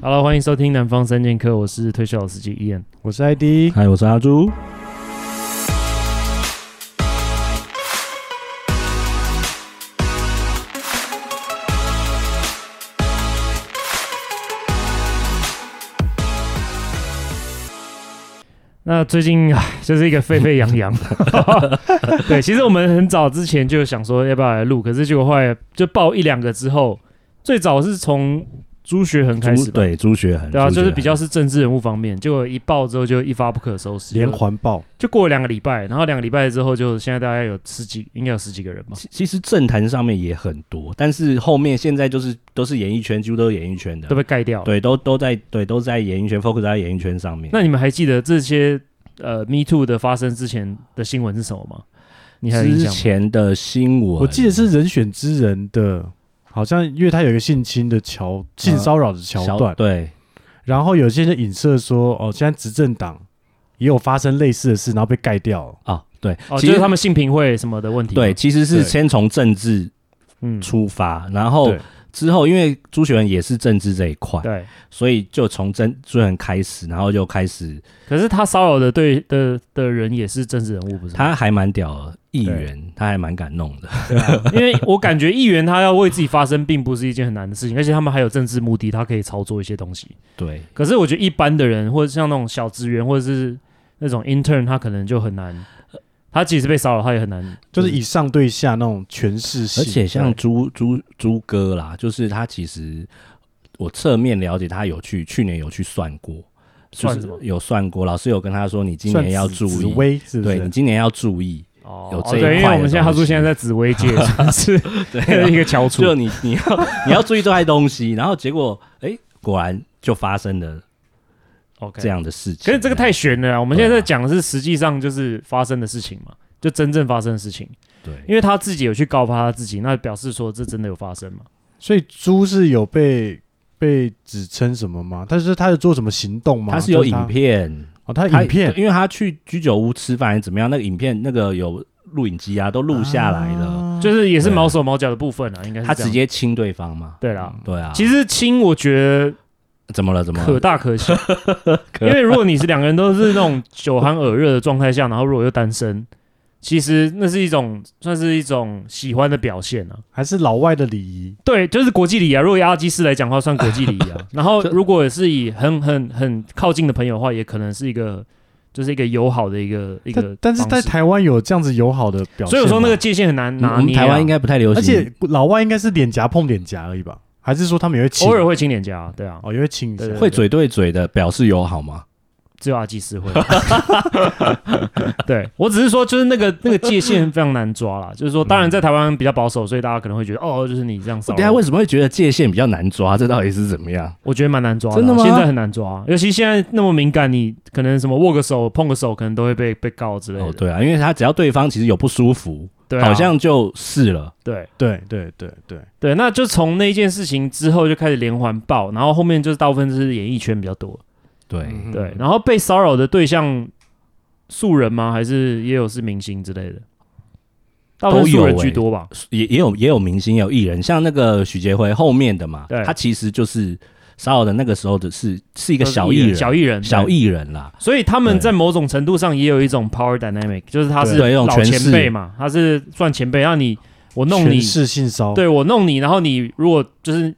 Hello，欢迎收听《南方三剑客》，我是退休老司机 Ian。我是 ID，嗨，我是阿朱。那最近唉就是一个沸沸扬 扬，对，其实我们很早之前就想说要不要来录，可是结果后来就报一两个之后，最早是从朱学恒开始朱吧，对朱学恒，对啊，朱学就恒是比较是政治人物方面，结果一报之后就一发不可收拾，连就环爆，就过了两个礼拜，然后两个礼拜之后就现在大概有十几，应该有十几个人吧，其其实政坛上面也很多，但是后面现在就是都是演艺圈，几乎都是演艺圈的，都被盖掉了。啊对，都都在对都在演艺圈 focus 在演艺圈上面。那你们还记得这些呃 Me Too 的发生之前的新闻是什么吗？你还有印之象吗？前的新闻，我记得是人选之人的，好像因为他有一个性侵的桥嗯性骚扰的桥小段，对然后有些人影射说，哦，现在执政党也有发生类似的事，然后被盖掉了。啊，对，哦，其就实是他们性平会什么的问题。对，，其实是对先从政治嗯，出发，然后对之后因为朱学恒也是政治这一块，对。所以就从政朱学恒开始，然后就开始可是他骚扰的对的的人也是政治人物，不是吗？他还蛮屌的，议员他还蛮敢弄的。 因为我感觉议员他要为自己发声，并不是一件很难的事情，而且他们还有政治目的，他可以操作一些东西。对，可是我觉得一般的人，或者像那种小职员，或者是那种 intern，他可能就很难。他即使被骚扰，他也很难，就是以上对下那种权势而性，且像对朱朱朱哥啦，就是他其实我侧面了解，他有去去年有去算过，就算是什么有算过，老师有跟他说你今年要算紫注紫意，薇是不对你是？今年要 注意，哦有哦这一对，因为块我的们现在哈东叔现在西在紫 薇界算是一对，个翘楚，就你你要你要注意这块东西，然后结果哎，果然就发生了 OK 这。样的事情。可是这个太悬了啦，我们现在对啊在讲的是实际上就是发生的事情嘛，就真正发生的事情。对，因为他自己有去告发他自己，那表示说这真的有发生嘛？所以猪是有被被指称什么吗？但是他有做什么行动吗？他是有就影片，哦，他他影片因为他去居酒屋吃饭还是怎么样，那个影片那个有录影机啊，都录下来了。啊就是也是对啊毛手毛脚的部分啊，应该是他这样直接亲对方嘛？对啦。嗯对啊，其实亲我觉怎么了？怎得么可了？大可 小，因为如果你是两个人都是那种酒酣耳热的状态下，然后如果又单身，其实那是一种算是一种喜欢的表现啊。还是老外的礼仪，对，就是国际礼仪啊。如果以阿基斯来讲的话，算国际礼仪 啊。然后，如果是以很很很靠近的朋友的话，也可能是一个就是一个友好的一个一个但但是在方式台湾有这样子友好的表现吗，嗯所以我说那个界限很难我拿们捏、啊台湾应该该不太流行，而且老外应该是脸颊碰脸颊而已吧？还是说他们也会亲？偶尔会亲脸颊、啊，对啊，哦，也会亲一下对。会嘴对嘴的表示友好吗？只有阿基斯会。对我只是说，就是那个那个界限非常难抓啦。就是说，当然在台湾比较保守，所以大家可能会觉得哦，就是你这样骚等一下扰为，什么会觉得界限比较难抓？这到底是怎么样？我觉得蛮难抓真的啊的吗现在很难抓，啊尤其现在那么敏感，你可能什么握个手、碰个手，可能都会被被告之类的。哦，对啊，因为他只要对方其实有不舒服，对啊，好像就是了。对对对对对，对，那就从那件事情之后就开始连环爆，然后后面就是大部分就是演艺圈比较多，对，嗯对，然后被骚扰的对象素人吗？还是也有是明星之类的？大部分都有素人欸居多吧。也也有也有明星，也有艺人，像那个许杰辉后面的嘛对，他其实就是骚扰的那个时候的是是一一个小艺人，小艺人，小对，艺人啦。所以他们对在某种程度上也有一种 power dynamic，就是他是对有一种老权前势辈嘛，他是算前辈，让你我弄你全是性骚扰，对我弄你，然后你如果就是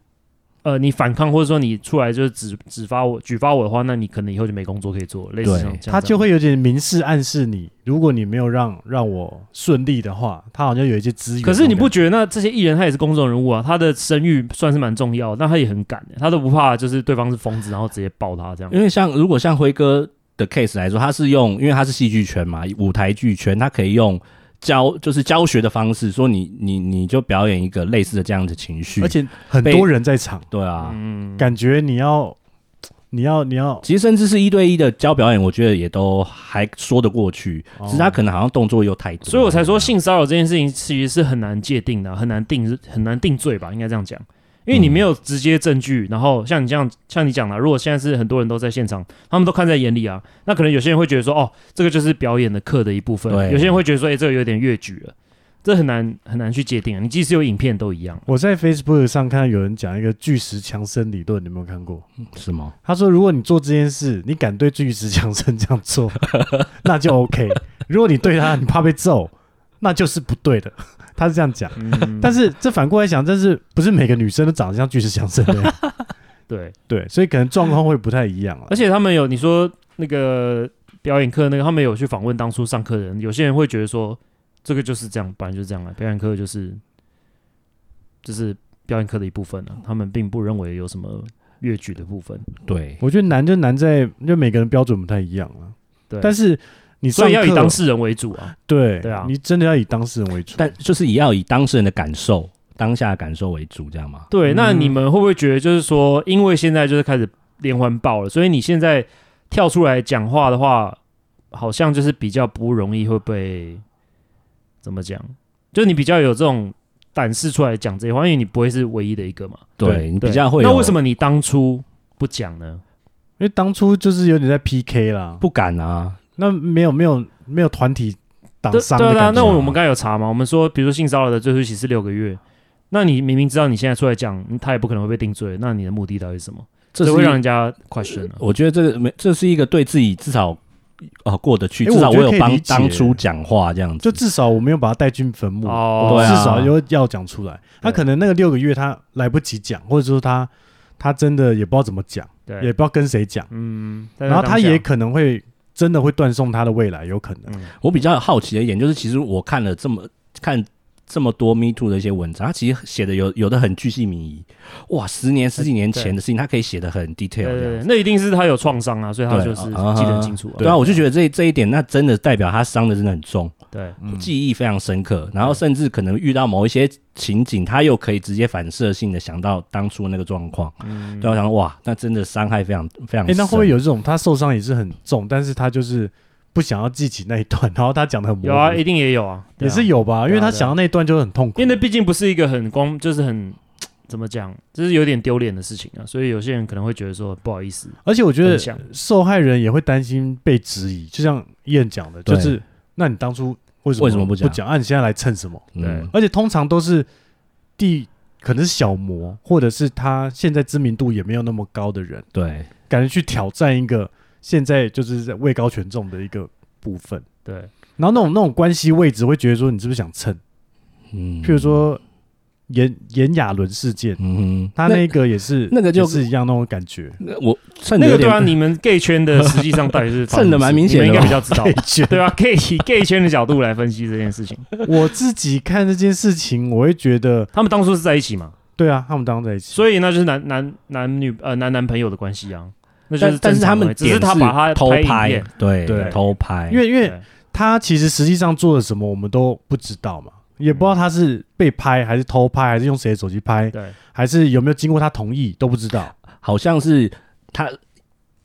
呃你反抗或者说你出来就是指指发我举发我的话，那你可能以后就没工作可以做，类似对这样。他就会有点明示暗示你，如果你没有让让我顺利的话，他好像有一些资源。可是你不觉得那这些艺人他也是公众人物啊，他的声誉算是蛮重要，那他也很敢的，他都不怕就是对方是疯子，然后直接爆他这样。因为像如果像辉哥的 case 来说，他是用，因为他是戏剧圈嘛，舞台剧圈，他可以用教就是教学的方式，说你你你就表演一个类似的这样的情绪，而且很多人在场，对啊，嗯，感觉你要你要你要，其实甚至是一对一的教表演，我觉得也都还说得过去，哦只是他可能好像动作又太多，所以我才说性骚扰这件事情其实是很难界定的，很难定很难定罪吧，应该这样讲。因为你没有直接证据，然后像你这样像你讲的，如果现在是很多人都在现场，他们都看在眼里啊，那可能有些人会觉得说，哦，这个就是表演的课的一部分；对有些人会觉得说，哎、这个有点越矩了。这很难很难去界定啊。你即使有影片都一样。我在 Facebook 上看到有人讲一个巨石强森理论，你有没有看过？是吗？他说，如果你做这件事，你敢对巨石强森这样做， 那就 OK；如果你对他，你怕被揍，那就是不对的。 他是这样讲，嗯，但是这反过来想，但是不是每个女生都长得像巨石强森 的？对，对，所以可能状况会不太一样了啊而。且他们有你说那个表演课那个，他们有去访问当初上课的人，有些人会觉得说这个就是这样，本来就是这样啊，表演课就是就是表演课的一部分啊，他们并不认为有什么越剧的部分。对，我觉得难就难在，就每个人标准不太一样了。对，但是是你上所以要以课当事人为主啊。对对啊你真的要以当事人为主。但就是也要以当事人的感受、当下的感受为主，这样吗？对，那嗯你们会不会觉得就是说，因为现在就是开始连环爆了，所以你现在跳出来讲话的话，好像就是比较不容易会被怎么讲？就你比较有这种胆识出来讲这些话，因为你不会是唯一的一个嘛。对你对比较会有，那为什么你当初不讲呢？因为当初就是有点在 PK 啦，不敢啊？那没有没有没有团体党对商对的啊对啊，感那觉。我们刚才有查嘛？我们说，比如说性骚扰的最初期是六个月，那你明明知道你现在出来讲，他也不可能会被定罪，那你的目的到底是什么？这这是会一让人家 question 啊。我觉得这个没，这是一个对自己至少呃过得去，诶至少我我觉得有可以帮理解当初讲话这样子，就至少我没有把他带进坟墓，哦我对啊至少又要讲出来。他可能那个六个月他来不及讲，或者说他他真的也不知道怎么讲，对，也不知道跟谁讲，嗯，但是然后他当下也可能会真的会断送他的未来，有可能。嗯我比较好奇的一点就是，其实我看了这么看这么多 Me Too 的一些文章，他其实写的有有的很巨细靡遗，哇，十年十几年前的事情，他可以写的很 detail 对这对样对，子。那一定是他有创伤啊，所以他对就是啊记得很清楚、啊。对啊，我就觉得这这一点，那真的代表他伤的真的很重，对嗯记忆非常深刻，然后甚至可能遇到某一些情景，他又可以直接反射性的想到当初那个状况。对啊，我想说哇，那真的伤害非常非常哎、深。嗯那会不会有这种他受伤也是很重，但是他就是不想要记起那一段， 然后他讲的很模糊，有啊，一定也有啊，对也啊是，有吧？因为他想到那一段就很痛苦。因为那毕竟不是一个很光，就是很怎么讲，就是有点丢脸的事情啊，所以有些人可能会觉得说不好意思而且我觉分得享。受害人也会担心被质疑，就像燕讲的，对就是那你当初为什么为什么不不讲啊，你现在来蹭什么？嗯而且通常都是第可能是小模，或者是他现在知名度也没有那么高的人，对，感觉去挑战一个现在就是在位高权重的一个部分。对，然后那种那种关系位置会觉得说你是不是想蹭？嗯，譬如，说炎炎亚纶事件，嗯哼，他那个也是那个就也是一样那种感觉。那我趁着那有个点对啊，你们 gay 圈的实际上到底 是蹭得蛮明显的你们应该吧比较知道 吧，对啊 g a y gay 圈的角度来分析这件事情，我自己看这件事情，我会觉得，他们当初是在一起嘛，对啊，他们当时在一起，所以那就是男男男女呃男男朋友的关系啊，那就但是但正是他常的们只是点他把他偷影片，对对偷拍，因为因为对他其实实际上做了什么，我们都不知道嘛，也不知道他是被拍还是偷拍，还是用谁的手机拍，对还是有没有经过他同意都不知道。好像是他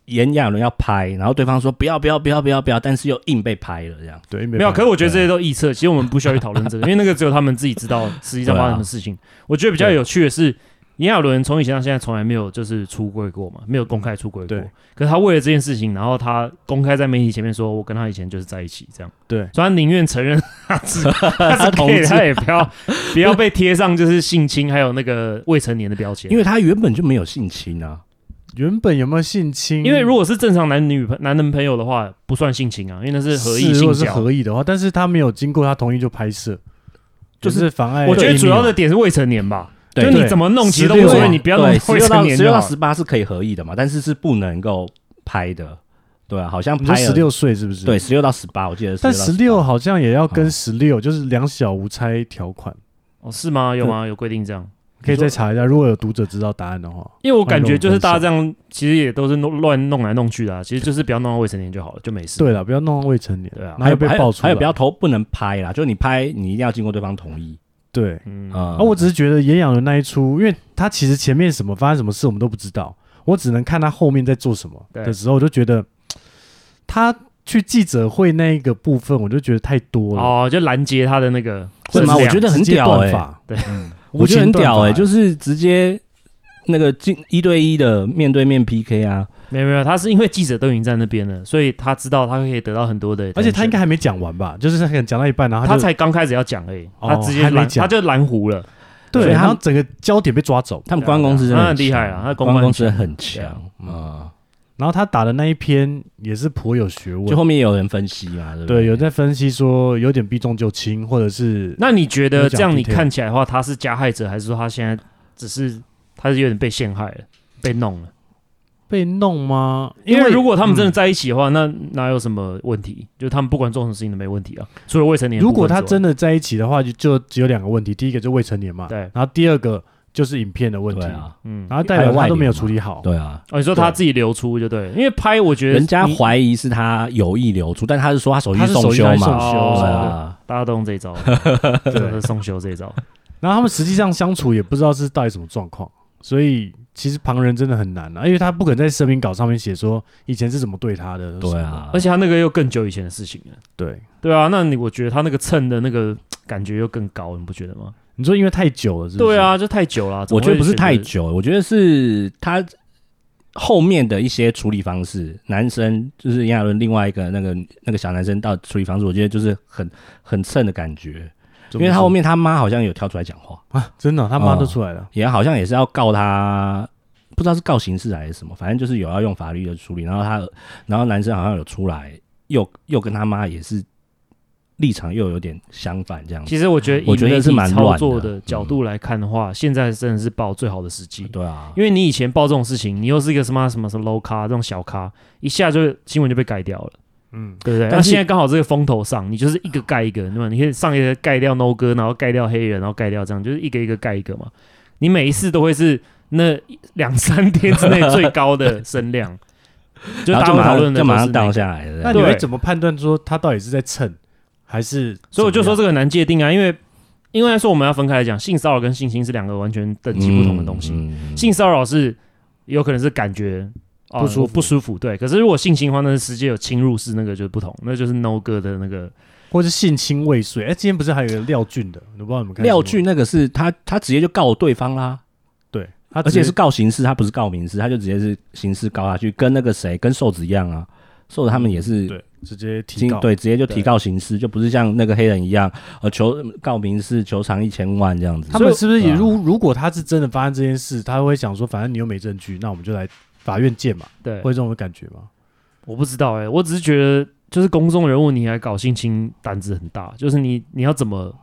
炎亚纶要拍，然后对方说不要不要不要不要不要，但是又硬被拍了这样。对，没有，可是我觉得这对些都臆测，其实我们不需要去讨论 这个，因为那个只有他们自己知道实际上发啊生什么事情。我觉得比较有趣的是，炎亚纶从以前到现在从来没有就是出柜过嘛，没有公开出柜过对。可是他为了这件事情，然后他公开在媒体前面说，我跟他以前就是在一起这样，对所以他宁愿承认他是 他是同同志，志他也不要不要被贴上就是性侵还有那个未成年的标签。因为他原本就没有性侵啊，原本有没有性侵？因为如果是正常男女朋男男朋友的话，不算性侵啊，因为那是合意是如性果是交。合意的话，但是他没有经过他同意就拍摄，就就是是妨碍。我觉得主要的啊点是未成年吧。就对你怎么弄，其实都无所谓，对你不要弄对，十未六成到年就十六到好十。八是可以合意的嘛，但是是不能够拍的，对啊，好像你说拍十了六岁是不是？对，十六到十八，我记得16到18。但十六好像也要跟嗯十六、就是两小无猜条款，哦，是吗？有吗？有规定这样？可以再查一下。如果有读者知道答案的话，因为我感觉就是大家这样，其实也都是弄乱弄来弄去的、啊，其实就是不要弄到未成年就好了，就没事。对了，不要弄到未成年，对啊然后又被爆出来，还有不要投，不能拍啦，就你拍，你一定要经过对方同意对。嗯，啊啊，我只是觉得炎亚纶那一出，因为他其实前面什么发生什么事我们都不知道，我只能看他后面在做什么对的时候，我就觉得他去记者会那一个部分，我就觉得太多了。哦，就拦截他的那个会质吗量。我觉得很直接屌断欸发对嗯我觉得很屌哎、无情断发就是直接那个进一对一的面对面 PK 啊， 没有没有，他是因为记者都已经在那边了，所以他知道他可以得到很多的 attention，而且他应该还没讲完吧？就是他可能讲到一半，然后他就才刚开始要讲而已，哦他直接还没拦讲他就蓝湖了，所对，以他然后整个焦点被抓走。他们公关公司真的他很厉害啦，他的公关关公公司很对啊强啊，然后他打的那一篇也是颇有学问就，后面也有人分析嘛，对不对，有在分析说有点避重就轻，或者是那你觉得这样你有讲 detail 看起来的话，他是加害者，还是说他现在只是他是有点被陷害了，被弄了？被弄吗？因为如果他们真的嗯在一起的话，那哪有什么问题？就他们不管做什么事情都没问题啊，除了未成年的如部分之外。果他真的在一起的话，就就只有两个问题，第一个就未成年嘛，对然后第二个就是影片的问题对，啊，嗯，然后代表他都没有处理好，对啊，哦，你说他自己流出就对了，因为拍我觉得人家你怀疑是他有意流出，但他是说他手机他是手送机修拿来送嘛，修哦对什么的啊，大家都用这一 招，真的送修这一招。然后他们实际上相处也不知道是到底什么状况，所以其实旁人真的很难啊，因为他不可能在声明稿上面写说以前是怎么对他的，对，啊，而且他那个又更久以前的事情了，对。对啊，那你我觉得他那个蹭的那个感觉又更高，你不觉得吗？你说因为太久了，是不是？对，啊，就太久了，怎么我会觉得不是选择太，久，我觉得是他后面的一些处理方式，男生就是炎亚纶另外一个那个那个小男生到处理方式，我觉得就是很很蹭的感觉，因为他后面他妈好像有跳出来讲话，啊，真的他妈都出来了，也好像也是要告他，不知道是告刑事还是什么，反正就是有要用法律的处理，然后他然后男生好像有出来，又又跟他妈也是立场又有点相反这样子，其实我觉得以我觉得媒是体蛮乱的嗯操作的角度来看的话，现在真的是报最好的时机。对啊，因为你以前报这种事情，你又是一个什么什么什么 low 咖这种小咖，一下就新闻就被盖掉了，嗯，对不对？但那是现在刚好这个风头上，你就是一个盖一个，对吧？你可以上一个盖掉 no 哥，然后盖掉黑人，然后盖掉这样，就是一个一个盖一个嘛。你每一次都会是那两三天之内最高的声 量，就然大后家会讨就马论上的就都马是上那荡个。下来了，那你对会怎么判断说他到底是在蹭还是？所以我就说这个，个很难界定啊，因为因为说我们要分开来讲，性骚扰跟性侵是两个完全等级不同的东西。嗯嗯嗯性骚扰是有可能是感觉、啊不舒服我不舒服，对。可是如果性侵的话，那是直接有侵入式，那个就不同，那就是 no 哥的那个。或是性侵未遂。哎，今天不是还有一个廖俊的，我不知道你们看廖新闻，俊那个是他，他直接就告对方啦，对他而直接，且是告刑事，他不是告民事，他就直接是刑事告下去，跟那个谁，跟瘦子一样啊，瘦子他们也是对直接提经告，对直接就提对告刑事，就不是像那个黑人一样，呃，求告民事求偿一千万这样子。他们所以是不是也对啊如如果他是真的发生这件事，他会想说，反正你又没证据，那我们就来法院见嘛，对会，有这种感觉吗？我不知道哎、我只是觉得就是公众人物你还搞性侵，胆子很大，就是你你要怎么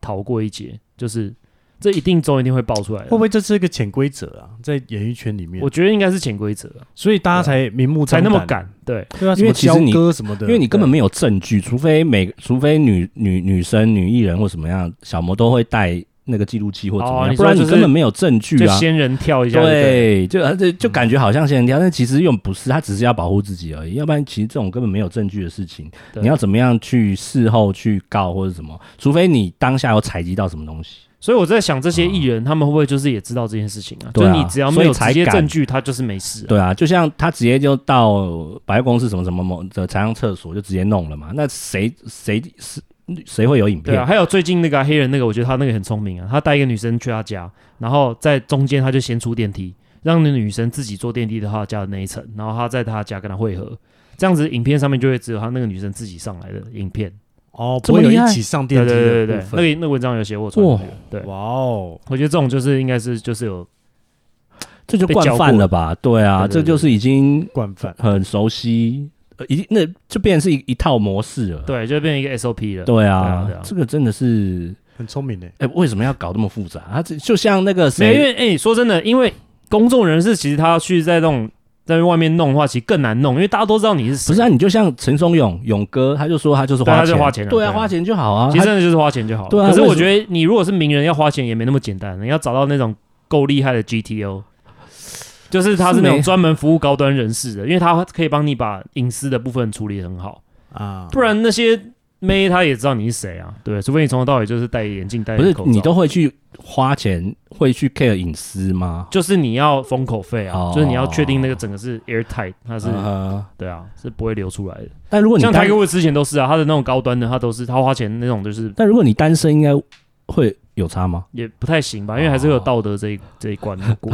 逃过一劫？就是这一定总有一定会爆出来的。会不会这是一个潜规则啊？在演艺圈里面我，觉得应该是潜规则啊，所以大家才明目才张那胆么，敢。对，对啊，因为什其么实交你割什么的，因为你根本对没有证据，除非每除非女女女生、女艺人或什么样，小魔都会带那个记录器或怎哦么样，你不说然你就是根本没有证据就啊。仙人跳一下就对了。对，就而且就感觉好像仙人跳，但其实又不是，他只是要保护自己而已。要不然，其实这种根本没有证据的事情，对你要怎么样去事后去告或者什么？除非你当下有采集到什么东西，所以我在想，这些艺人他们会不会就是也知道这件事情啊？对就啊是你只要没有直所接以才敢证据，他就是没事啊、对啊，就像他直接就到百货公司什么什么某的财商厕所就直接弄了嘛，那谁谁是谁会有影对片？啊，还有最近那个啊、黑人那个，我觉得他那个很聪明啊，他带一个女生去他家，然后在中间他就先出电梯，让那女生自己坐电梯到他家的那一层，然后他在他家跟他会合，这样子影片上面就会只有他那个女生自己上来的影片。哦，这不么会有厉害一起上电对梯对对对对的部，那个分。那个文章有写我传哇那个，对，哇哦，我觉得这种就是应该是就是有这就惯犯了吧？对啊，对对对这就是已经惯犯，很熟悉，呃已经那就变成是一一套模式了。对，就变成一个 SOP 了。对对啊啊对啊，这个真的是，很聪明的。哎，为什么要搞那么复杂？他这就像那个没有，因谁，为哎、说真的，因为公众人士其实他要去在那种在外面弄的话，其实更难弄，因为大家都知道你是谁。不是啊？你就像陈松勇勇哥，他就说他就是对花他就钱，花钱啊对啊，对啊花钱就好啊。其实他真的就是花钱就好了。对啊可是我为什觉得你如果是名人，要花钱也没那么简单，你要找到那种够厉害的 GTO，就是他是是那没种专门服务高端人士的，因为他可以帮你把隐私的部分处理得很好。啊，不然那些妹他也知道你是谁啊，对，除非你从头到尾就是戴眼镜、戴不是哎口罩你都会去花钱，会去 care 隐私吗？就是你要封口费啊，哦就是你要确定那个整个是 airtight，它是、呃对啊，是不会流出来的。但如果你像当台哥之前都是啊，他的那种高端的他都是他花钱那种就是但如果你单身，应该会有差吗？也不太行吧，因为还是哦有道德这一、这一 关过。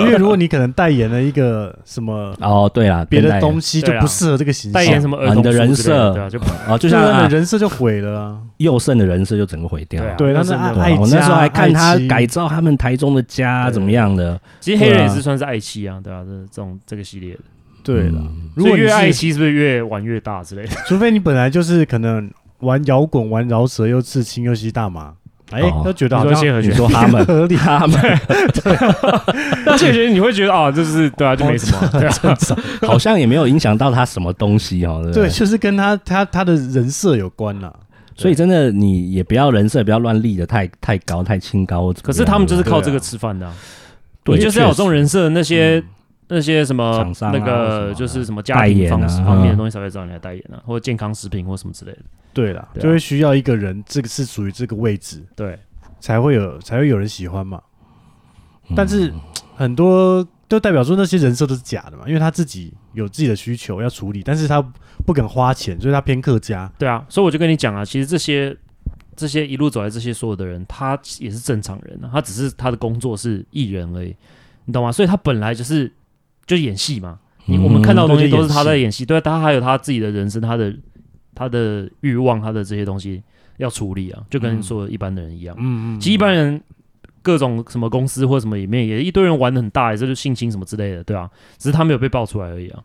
因为如果你可能代言了一个什么哦，对啦，别跟代的言东西，就对啊不适合这个形象，代言什么儿童啊你的书人之类的设对啊， 就哦，就就像像啊人设就毁了啊。佑胜的人设就整个毁掉。对啊对，他那是是爱没有爱我家那时候还看他爱妻改造他们台中的家对怎么样的，其实黑人也对是啊算是爱妻啊，对啊，这这种这个系列的，对了。嗯如果所以你越是爱妻是不是越玩越大之 类的？除非你本来就是可能玩摇滚、玩饶舌，又刺青又吸大麻，哎哦，都觉得你好说谢像和你弦，说他们合理。啊他们那谢和弦你会觉得啊，就是对啊，就没什 么啊，对啊， 好像也没有影响到他什么东西哦，对不对，对？就是跟他他他的人设有关啦。所以真的你也不要人设不要乱立的太太高太清高。怎么样可是他们就是靠这对个啊吃饭的啊，对你就是要有这种人设，那些嗯那些什么厂商啊那什么个的就是什么代家庭言啊方式方面嗯的东西才会找你来代言啊，或者健康食品或什么之类的。对啦，对啊就会需要一个人，这个是属于这个位置，对，才会有才会有人喜欢嘛。嗯但是很多就代表说那些人设都是假的嘛，因为他自己有自己的需求要处理，但是他不肯花钱，所以他偏客家。对啊，所以我就跟你讲啊，其实这些这些一路走来这些所有的人，他也是正常人啊，他只是他的工作是艺人而已，你懂吗？所以他本来就是就演戏嘛，你我们嗯看到的东嗯西都是他在演戏，对，啊他还有他自己的人生，他的他的欲望，他的这些东西要处理啊，就跟说一般的人一样。嗯嗯，其实一般人各种什么公司或什么里面也一堆人玩的很大，也就是性侵什么之类的，对啊，只是他没有被爆出来而已啊，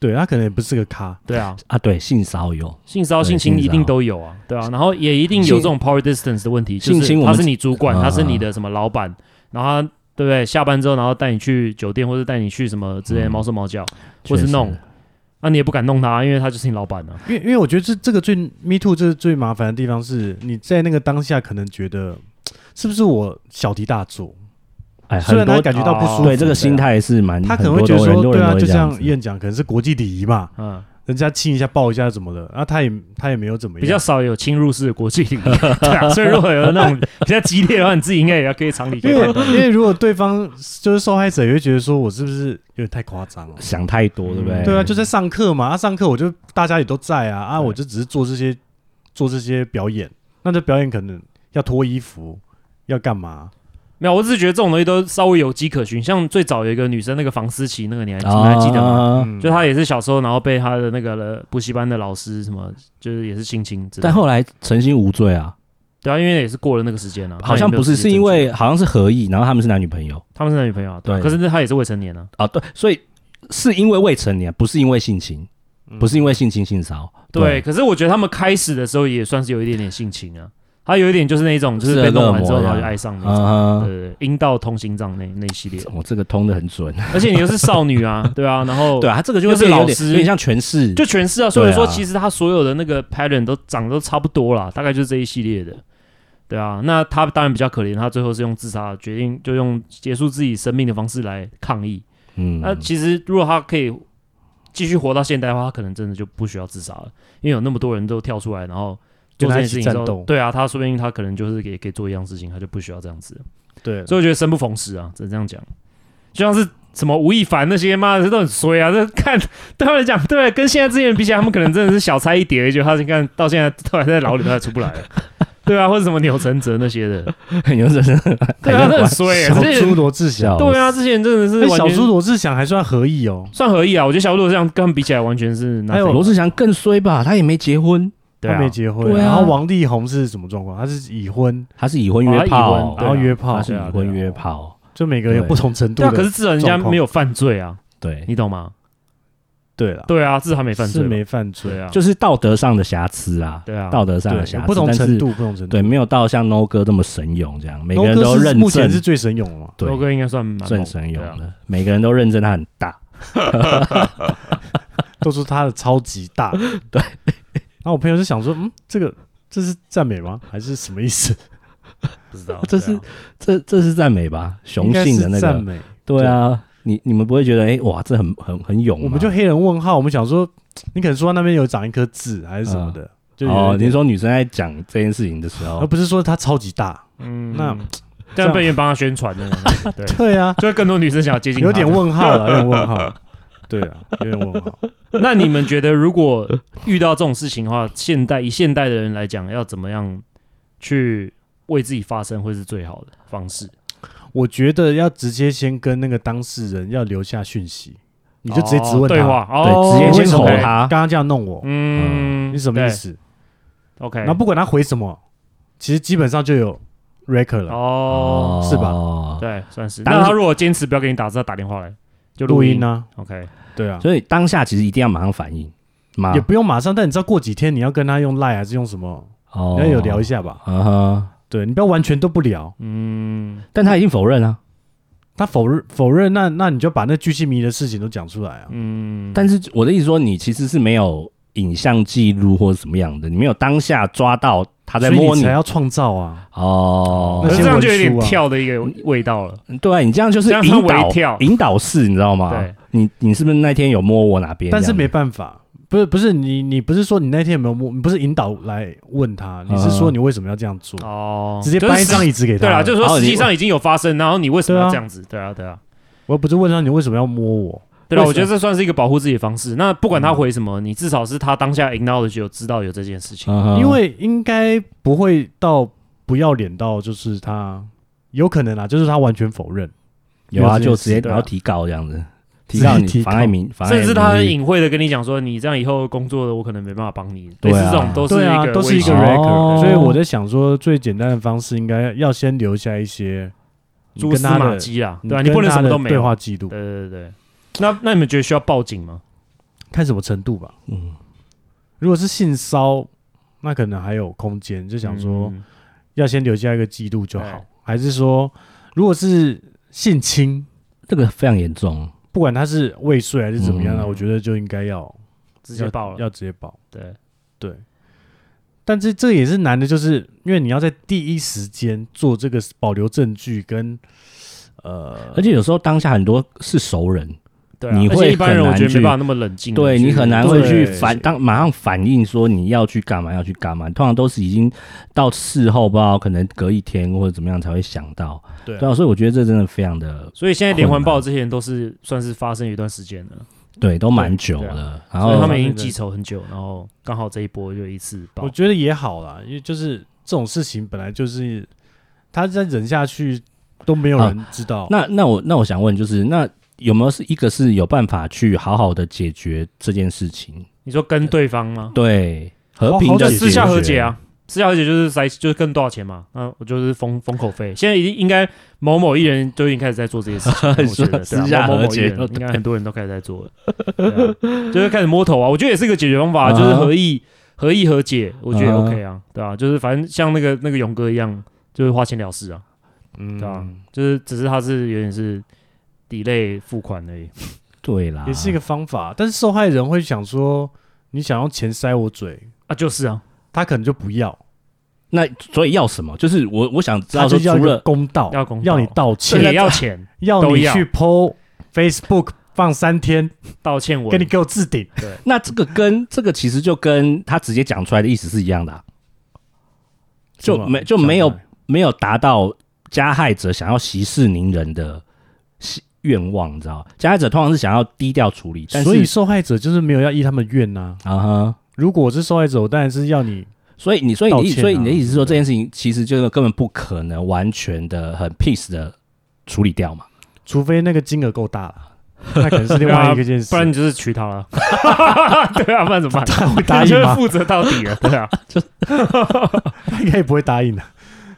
对他可能也不是个咖，对啊，啊，对性骚扰，性骚扰、对性侵性骚扰一定都有啊，对啊，然后也一定有这种 power distance 的问题，就性侵是我他们是你主管，啊他是你的什么老板，然后他对不对？下班之后，然后带你去酒店或者带你去什么之类的嗯毛手毛脚，或是确实弄，那你也不敢弄他，因为他就是你老板啊。因为因为我觉得这这个最 me too 这最麻烦的地方是，你在那个当下可能觉得是不是我小题大做，哎，虽很然他多哦感觉到不舒服，对这个心，态是蛮，他可很能会多都觉得很说，多对人啊，都会就这样像子燕讲，可能是国际礼仪嘛，嗯，人家亲一下抱一下怎么的，啊，他也他也没有怎么样，比较少有侵入式的国际礼仪， 对啊，所以如果有那种比较激烈的话，你自己应该也要可以常理因可以判为断。因为如果对方就是受害者，也会觉得说我是不是有点太夸张了？想太多，对不对？对啊，就在上课嘛，啊，上课我就大家也都在啊，哎啊，对我就只是做这些做这些表演，那这表演可能要脱衣服，要干嘛？没有，我只是觉得这种东西都稍微有迹可循。像最早有一个女生，那个房思琪，那个你哦还记你还记得吗？啊，嗯就她也是小时候，然后被她的那个呃补习班的老师什么，就是也是性侵之类的。但后来诚心无罪啊，对啊，因为也是过了那个时间了、好像不是，她是也因没有直接证据啊为好像是合意，然后他们是男女朋友他们是男女朋友啊，对啊对可是那她也是未成年啊，啊，对，所以是因为未成年，不是因为性侵，不是因为性侵性骚扰，嗯对。可是我觉得他们开始的时候也算是有一点点性情啊，他有一点就是那种就是是被弄恶完魔之后的啊然后就爱上那种，啊哈，嗯对对对，阴道通心脏那那一 系列，我这个通的很准，而且你又是少女啊，对啊，然后对啊，他这个就又会是变得有老点师有点像诠释，就全是啊，所以对啊说其实他所有的那个 pattern 都长得都差不多啦，大概就是这一系列的。对啊，那他当然比较可怜，他最后是用自杀决定，就用结束自己生命的方式来抗议。嗯，那其实如果他可以继续活到现代的话，他可能真的就不需要自杀了，因为有那么多人都跳出来，然后做这跟他件一事起情之战后，斗，对啊，他说不定他可能就是也可以做一样事情，他就不需要这样子了。对，所以我觉得生不逢时啊，只能这样讲。就像是什么吴亦凡那些，妈的这都很衰啊！这看对他们来讲，对，跟现在这些人比起来，他们可能真的是小菜一碟。就他你看到现在都还在牢里，都还出不来了。对啊，或者什么钮承泽那些的，很 有真对啊，那很衰、欸。小这些猪人罗志祥，对啊，这些人真的是哎完小全猪罗志祥还算合意哦，算合意啊。我觉得小鹿这样跟他们比起来，完全是 nothing 还有罗志祥更衰吧，他也没结婚，对啊他没结婚，对啊然后王力宏是什么状况？他是已婚，他是已婚约炮啊哦，然后约炮他，是已啊婚约炮，就每个人有不同程度对啊，的。可是至少人家状况没有犯罪啊，对，你懂吗？对了，对啊，至少他没犯罪是嘛，没犯对罪，啊，就是道德上的瑕疵啊，对啊，道德上的对，有瑕疵，不同但是程度，不同程度。对，没有到像 No 哥这么神勇这样，每个人 No 哥都是认目证前，是最神勇的 嘛？罗对，哥应该算蛮最猛神勇对啊的，每个人都认证他很大，都说他的超级大。对。然后我朋友就想说，嗯，这个这是赞美吗？还是什么意思？ 不 知道这对啊嗯是这这是赞美吧？雄应该性的是那赞个，美。对啊，你你们不会觉得哎哇，这很很很勇吗？我们就黑人问号，我们想说，你可能说他那边有长一颗痣还嗯是什么的，就哦有，你点，说女生在讲这件事情的时而哦候，不是说他超级大。嗯那这样被人帮他宣传的，对，对啊， 就会更多女生想要接近他。有点问号啊 了，有点问号。对啊，有点问号。那你们觉得，如果遇到这种事情的话，现代以现代的人来讲，要怎么样去为自己发声会是最好的方式。我觉得要直接先跟那个当事人要留下讯息，你就直接质哦问对他，话，哦对直接为先什吼么，OK 他刚刚这样弄我，嗯，哦你什么意思？对？OK，然后不管他回什么，其实基本上就有 record 了，哦，是吧啊吧？对，算是。当那他如果坚持不要给你打字，他打电话来就录音呢啊， ？OK，对啊，所以当下其实一定要马上反应，马啊也不用马上，但你知道过几天你要跟他用 line 还是用什么，哦你要有聊一下吧？啊哈，对你不要完全都不聊，嗯，但他已经否认啊了，他否认否认，那那你就把那巨细迷的事情都讲出来啊。嗯，但是我的意思说，你其实是没有影像记录或者什么样的，你没有当下抓到他在所以摸你你才要创造啊！哦可那是些这样就有点文书啊跳的一个味道了。对你这样就是这样算引导微跳引导式，你知道吗？对，你你是不是那天有摸我哪边？但是这样没办法，不是不是你你不是说你那天有没有摸，你不是引导来问他，你是说你为什么要这样做？啊哦，直接可是搬一实张椅子给他。对啦，啊就是 说哦实际你上已经有发生，然后你为什么对要啊这样子？对啊，对啊，我不是问他你为什么要摸我，对啦，为什么嗯我觉得这算是一个保护自己的方式。那不管他回什么，你至少是他当下 acknowledge 有知道有这件事啊情。嗯哼因为应该不会到不要脸到就是他有可能啊，就是他完全否认，有啊，有这件就直接事对啊然后提告这样子，提告你直接提告妨碍民，妨碍甚至他名誉隐晦的跟你讲说，你这样以后工作的我可能没办法帮你，类对啊似这种都是对一啊，个都是一个威胁 record，、哦所以我在想说最简单的方式应该要先留下一些你蛛跟丝他马的迹啦，你对啊，跟你不能他什么的都没对有。话记录，对对对对，那那你们觉得需要报警吗？看什么程度吧。嗯如果是性骚，那可能还有空间，就想说。嗯要先留下一个记录就好哎，还是说，如果是性侵，这个非常严重，不管他是未遂还是怎么样呢、嗯我觉得就应该要直接报了，要直接报。对，对，但这这也是难的，就是因为你要在第一时间做这个保留证据跟呃而，且有时候当下很多是熟人，对啊，你而会且一般很人我难觉得去没办法那么冷静地去，对你很难会去对反当马上反应说你要去干嘛要去干嘛，通常都是已经到事后不知道可能隔一天或者怎么样才会想到，对啊对啊，所以我觉得这真的非常的所以现在连环困报难这些人都是算是发生一段时间了，对都蛮久对了，然所以他后们已经记仇很久，然后刚好这一波就一次爆我。觉得也好啦，因为就是这种事情本来就是他再忍下去都没有人知道。那那我那我想问就是那有没有是一个是有办法去好好的解决这件事情？你说跟对方吗？对，好和平好的就解私下和解啊，嗯私下和解就是塞，就是更多少钱嘛？那我就是封封口费。现在已经应该某某艺人就已经开始在做这些事情了，我觉得私下对啊某某和某艺解人应该很多人都开始在做了，对啊就是开始摸头啊。我觉得也是一个解决方法，嗯哼就是合意和议和解，我觉得嗯哼 OK 啊，对啊，就是反正像那个那个勇哥一样，就是花钱了事啊，嗯对啊，就是只是他是有点是 delay 付款而已。对啦，也是一个方法，但是受害人会想说，你想用钱塞我嘴，啊，就是啊，他可能就不要。那所以要什么？就是我我想知他道说，就要一除个了公道，要公道你道这也歉，要钱，要都你要去 PO Facebook 放三天，道歉我给你给我置顶。那这个跟这个其实就跟他直接讲出来的意思是一样的啊、就是吗没就没有想起没有达到加害者想要息事宁人的希愿望，你知道吗？加害者通常是想要低调处理，来但所以是受害者就是没有要依他们怨呐、啊哈，如果我是受害者，我当然是要你所以你所以道你歉啊所以你的意思是说对这件事情其实就是根本不可能完全的很 peace 的处理掉嘛？除非那个金额够大了，那可能是另 外啊一个件事。不然你就是娶她了， 对啊，不然怎么办？他会答你 就应是吗？负责到底了，对啊，他应该也不会答应的、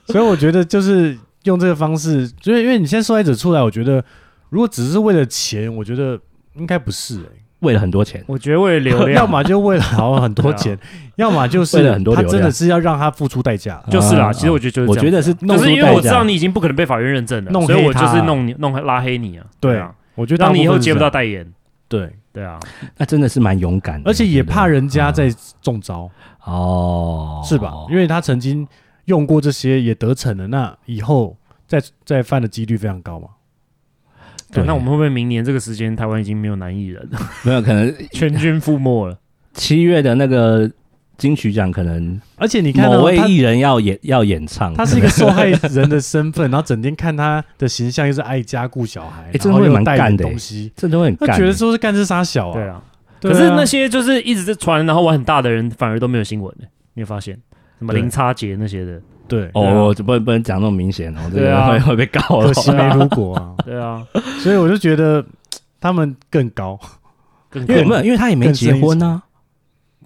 所以我觉得就是用这个方式，就是因为你现在受害者出来，我觉得如果只是为了钱，我觉得应该不是、欸为了很多钱，我觉得为了流量，啊要么就为了好很多钱，要么就是为了很多他流量真的是要让他付出代价。就是啦。啊其实我觉得就是这样，我觉得是啊弄就出是因为我知代价道你已经不可能被法院认证了，弄黑所以我就他是弄你弄拉黑你啊，对啊，我觉得大让部你分以后是接不这到样代言，对，对啊，那真的是蛮勇敢的，而且也我觉得怕人家在中招，哦，是吧？因为他曾经用过这些也得逞了，那以后再再犯的几率非常高嘛。对对那我们会不会明年这个时间台湾已经没有男艺人了，没有可能全军覆没了？七月的那个金曲奖，可能而且你看到某位他，艺人要演要演唱， 他是一个受害人的身份，然后整天看他的形象又是爱家顾小孩，欸然后真的会又蛮带干点的欸东西，这都会很他干觉得说是干这傻小对啊。啊，对可啊是那些就是一直在传，然后玩很大的人，反而都没有新闻呢，你有发现？什么对零差节那些的，对，对啊哦，不能不能讲那么明显哦，这对个啊会会被告哦了可。惜没如果 啊，对啊，所以我就觉得他们更高，更因为没有，因为他也没更深结婚啊。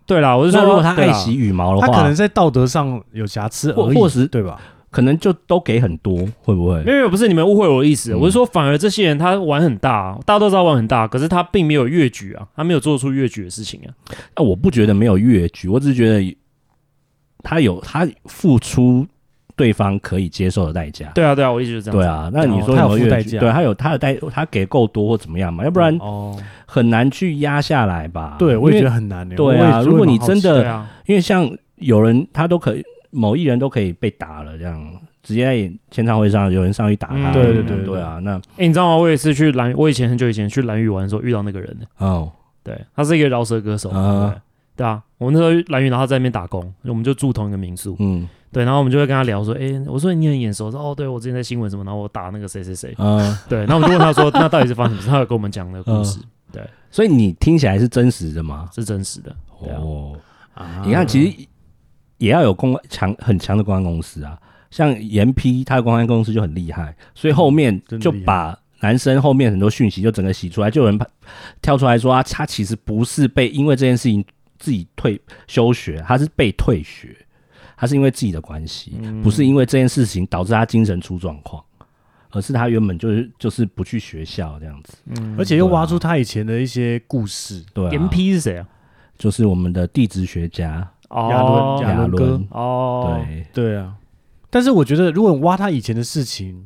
对啦，我是说，那如果他对啦爱惜羽毛的他可话能，在道德上有瑕疵而已，或或是啊对吧？可能就都给很多，会不会没？有没有，不是你们误会我的意思，嗯我是说，反而这些人他玩很大、啊，大家都知道玩很大，可是他并没有越矩啊，他没有做出越矩的事情啊。啊，我不觉得没有越矩，我只是觉得他有他付出对方可以接受的代价。对啊，对啊，我一直就是这样。对，啊，那你哦说他有有没付有代越矩？价对，他有他的代，他给够多或怎么样嘛？要不然哦，很难去压下来吧？对，我也因觉为得很难耶。欸对我也啊我也如果蛮你好真奇的对啊，因为像有人他都可以，某艺人都可以被打了，这样直接在签唱会上有人上去打他，嗯对对对对对啊，那哎、你知道吗？我有一次去蓝，我以前很久以前去蓝屿玩的时候遇到那个人，哦，对他是一个饶舌歌手。啊对对啊，我那时候蓝屿，然后他在那边打工，我们就住同一个民宿。嗯对，然后我们就会跟他聊说，哎、我说你很眼熟，说哦，对我之前在新闻什么，然后我打那个谁谁谁。啊，对，然后我们就问他说，那 到底是发生什么事？他有跟我们讲那个故事， 嗯所以你听起来是真实的吗？是真实的。对啊哦，啊你看，其实也要有公关强很强的公关公司啊，像严批他的公关公司就很厉害，所以后面嗯真的就厉害把男生后面很多讯息就整个洗出来，就有人跳出来说啊，他其实不是被因为这件事情自己退休学，他是被退学，他是因为自己的关系，嗯不是因为这件事情导致他精神出状况。而是他原本就是就是不去学校这样子，嗯，而且又对啊挖出他以前的一些故事，对、啊，严批是谁啊？就是我们的地质学家亚哦伦亚伦哥伦，哦，对，对啊。但是我觉得，如果你挖他以前的事情，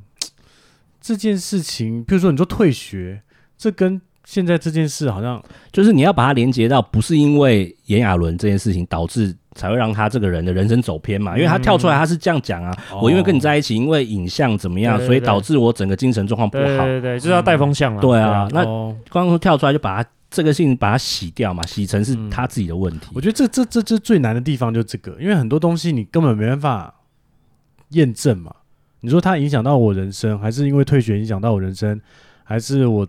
这件事情，比如说你说退学，这跟现在这件事好像就是你要把它连接到，不是因为炎亚纶这件事情导致才会让他这个人的人生走偏嘛？因为他跳出来，他是这样讲啊，嗯哦我因为跟你在一起，因为影像怎么样，对对所以对导致我整个精神状况不对好。对对，就是要带风向了。对啊，那哦刚刚跳出来就把他这个事情把它洗掉嘛，洗成是他自己的问题。嗯我觉得这这这这最难的地方就是这个，因为很多东西你根本没办法验证嘛。你说它影响到我人生，还是因为退学影响到我人生，还是我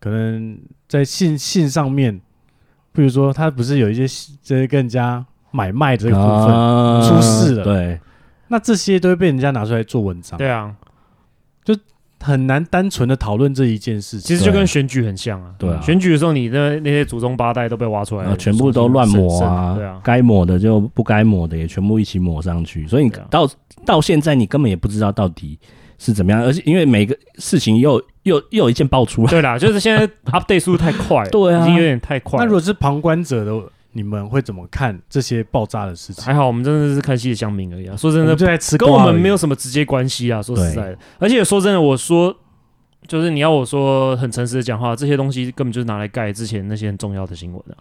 可能在性性上面，比如说他不是有一些这些跟人家买卖这个部分，啊出事了对，那这些都会被人家拿出来做文章，对啊，很难单纯的讨论这一件事其情。实就跟选举很像啊。对啊选举的时候，你的那些祖宗八代都被挖出来了然后，啊全部都乱抹啊，对啊，该抹的就不该抹的也全部一起抹上去，所以你对啊到、到现在你根本也不知道到底是怎么样，而且因为每个事情又又又有一件爆出来，对啦，就是现 在 update 速度太快了，对啊已经有点太快了。那如果是旁观者的，你们会怎么看这些爆炸的事情？还好，我们真的是看戏的乡民而已啊。说真我的们，就在吃跟我瓜而们已没有什么直接关系啊。说实对在的，而且说真的，我说就是你要我说很诚实的讲话，这些东西根本就是拿来盖之前那些很重要的新闻啊。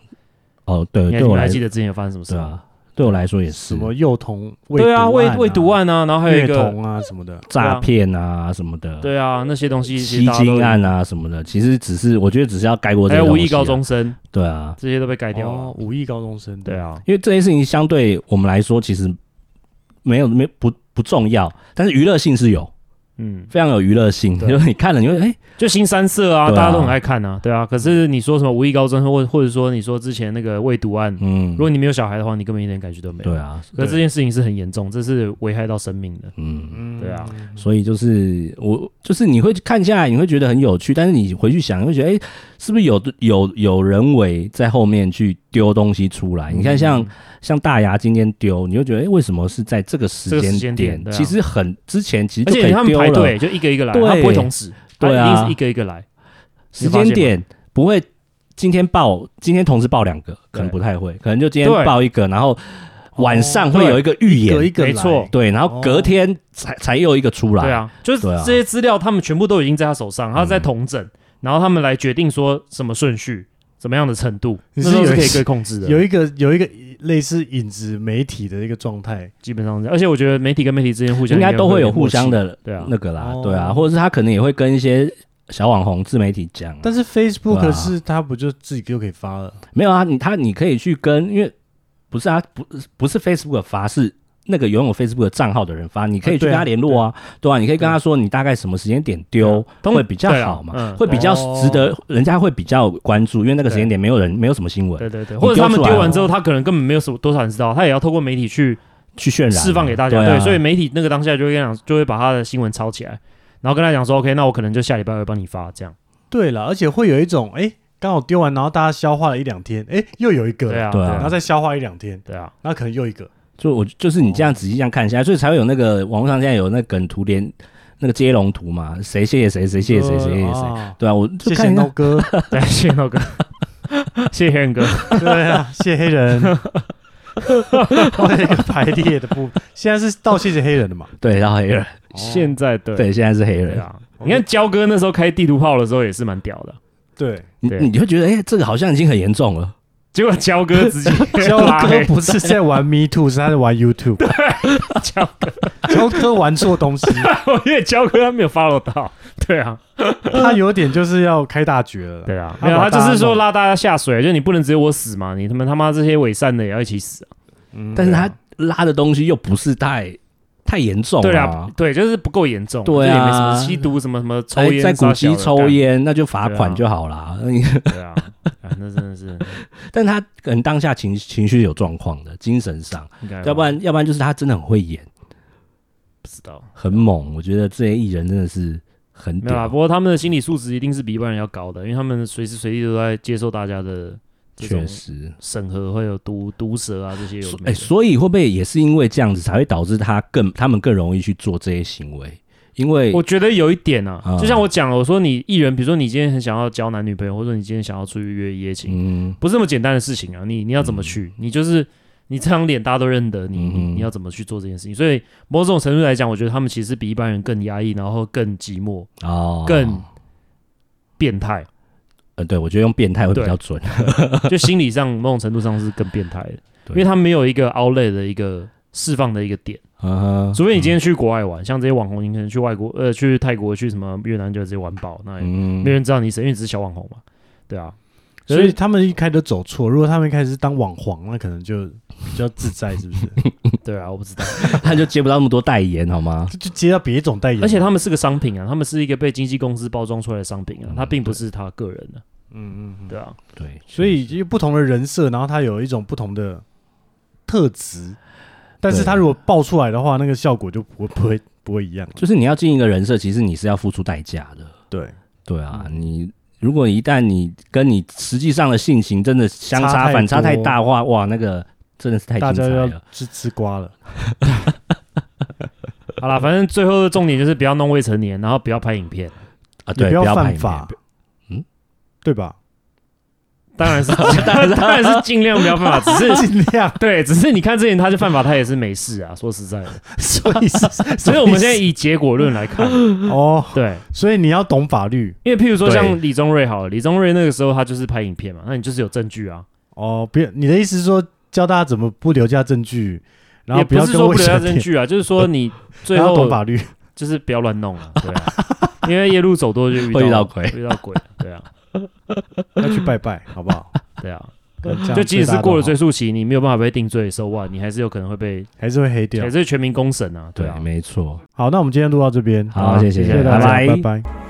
哦，对，你还对你我还来记得之前有发生什么事对吗？啊，对我来说也是什么幼童未对啊，未未读读案啊，然后还有一虐个童啊什么的，对啊诈骗啊什么的，对啊，那些东西其吸实大家都金案啊什么的，其实只是我觉得只是要盖过这还个有东五西啊亿高，中生，对啊，这些都被改掉了。哦，五亿高中生，对，啊，因为这件事情相对我们来说其实没有没不不重要，但是娱乐性是有。嗯，非常有娱乐性，对 就是你看了你会哎、就新三色啊，对啊大家都很爱看啊，对啊。可是你说什么五亿高中生，或或者说你说之前那个未读案，嗯，如果你没有小孩的话，你根本一点感觉都没有。对啊，可是这件事情是很严重，这是危害到生命的。嗯，嗯对啊，所以就是我就是你会看下来，你会觉得很有趣，但是你回去想，你会觉得哎、是不是有有有人为在后面去丢东西出来？嗯你看像像大牙今天丢，你会觉得哎、为什么是在这个时这个时间间点对啊其实很之前其实而就可且他以们丢排了，队就一个一个来，对他不会同时，对啊他一定是一个一个来。时间点不会。今天报，今天同时报两个，可能不太会，可能就今天对报一个，然后晚上会对有一个预一演，个一个来没错对，然后隔天才、才又一个出来，对啊，就是对啊嗯这些资料，他们全部都已经在他手上，他在统整，然后他们来决定说什么顺序、什么样的程度，你那是都是有一可以可以控制的。有一个有一个类似影子媒体的一个状态，基本上是这样，而且我觉得媒体跟媒体之间啊互相应该都会有点互相默契，的对啊那个啦，哦对啊，或者是他可能也会跟一些小网红自媒体讲啊，但是对 Facebook 啊是它不就自己就可以发了？没有啊，你他你可以去跟，因为不是啊，不不是 Facebook 发是。那个拥有 Facebook 的账号的人发，你可以去对啊跟他联络啊，对啊，你可以跟他说你大概什么时间点丢通会比较好啊对啊嘛嗯，会比较哦值得，人家会比较关注，因为那个时间点没有人没有什么新闻，啊对对对，你或者他丢们出来丢了完之后，他可能根本没有什么多少人知道，他也要透过媒体去去渲染啊释放给大家。对啊，对，所以媒体那个当下就会跟他讲，就会把他的新闻抄起来，然后跟他讲说，OK，那我可能就下礼拜会帮你发这样。对了，而且会有一种哎，诶刚好丢完，然后大家消化了一两天，哎，又有一个，对啊，对啊然后啊，再消化一两天，对啊， 然后可能又一个，就我就是你这样仔细这样看一下，所以才会有那个网络上现在有那个梗图连那个接龙图嘛，谁谢谢谁，谁谢谢谁，哦谁谢谢谁。啊对啊，我谢就谢看一诺下，哥， 对，啊谢谢诺哥， 谢谢黑人哥。对啊，谢谢黑人。 我有一个排列的部，现在是到谢谢黑人的嘛？哦对，然后黑人，现在对对， 现在是黑对人，啊，你看焦哥那时候开地图炮的时候也是蛮屌的，对，你对你就觉得，哎，这个好像已经很严重了，结果焦哥直 接焦拉哥黑 不是在玩 Me Too，是他在玩 YouTube。 焦哥，焦哥玩错东西，我因为焦哥他没有 follow 到，对啊，他有点就是要开大绝了。对啊，他没有，他把大就家是说弄拉大家下水，就是你不能只有我死嘛，你他妈他妈这些伪善的也要一起死啊，嗯，但是他对啊拉的东西又不是太太严重对啊啊，，对，就是不够严重，就对啊是也没什么吸毒什么什么抽哎烟，在古杀小籍的啊抽，烟，那就罚款就好啦。 你干对啊， 啊那真的是，但他可能当下情情绪有状况的，精神上，应该吧要不然要不然就是他真的很会演，不知道，很猛。我觉得这些艺人真的是很没有啦，啊屌不，过他们的心理素质一定是比一般人要高的，因为他们随时随地都在接受大家的这种确实。审核，会有毒毒舌啊这些有的所没的。哎、所以会不会也是因为这样子，才会导致他更他们更容易去做这些行为？因为我觉得有一点啊啊，就像我讲了，我说你艺人，比如说你今天很想要交男女朋友，或者你今天想要出去约一夜情，嗯，不是那么简单的事情啊。你你要怎么去？你就是你这张脸大家都认得，你你嗯哼你要怎么去做这件事情？所以某种程度来讲，我觉得他们其实比一般人更压抑，然后更寂寞、哦，更变 态，呃，对我觉得用变态会比较准，哎就心理上某种程度上是更变态的，对因为他没有一个 outlet 的一个释放的一个点。啊嗯哼除非你今天去国外玩，像这些网红，你可能去外国，呃，去泰国、去什么越南就直接玩爆，那也嗯没人知道你谁，因为你只是小网红嘛，对啊。所以他们一开始都走错。如果他们一开始是当网红，那可能就比较自在，是不是？对啊，我不知道。 他就接不到那么多代言，好吗？就就接到别种代言，而且他们是个商品啊，他们是一个被经纪公司包装出来的商品嗯啊，他并不是他个人的、嗯嗯嗯，对啊。对，所以就不同的人设，然后他有一种不同的特质，但是他如果爆出来的话，那个效果就不会不会不会一样。就是你要进一个人设，其实你是要付出代价的。对，对啊，嗯你如果一旦你跟你实际上的性情真的相差差太反差太多大的话，哇，那个真的是太大精家彩要了。吃吃瓜了。好啦，反正最后的重点就是不要弄未成年，然后不要拍影片。啊，也对，要要拍犯影法片，嗯嗯，对吧？当然 是，当然是尽量不要犯法，只是，尽量对，只是你看之前他就犯法，他也是没事啊。说实在的，所以是， 所以我们现在以结果论来看，哦，对，所以你要懂法律因为譬如说对像李宗瑞好了，李宗瑞那个时候他就是拍影片嘛，那你就是有证据啊，哦。别，你的意思是说教大家怎么不留下证据，然后也不要是跟说不未留成下年证， 据啊，就是说你最然后后懂法律。就是不要乱弄啊，对 啊，因为夜路走多就遇到会遇到鬼遇到鬼，对啊，要去拜拜，好不好？对啊。可能这样就即使最大是的过了好追诉期，你没有办法被定罪，so what？你还是有可能会被，还是会黑掉还。是全民公审啊，对对啊，。没错。好，那我们今天录到这边，好好，谢谢谢拜大家，拜拜。拜。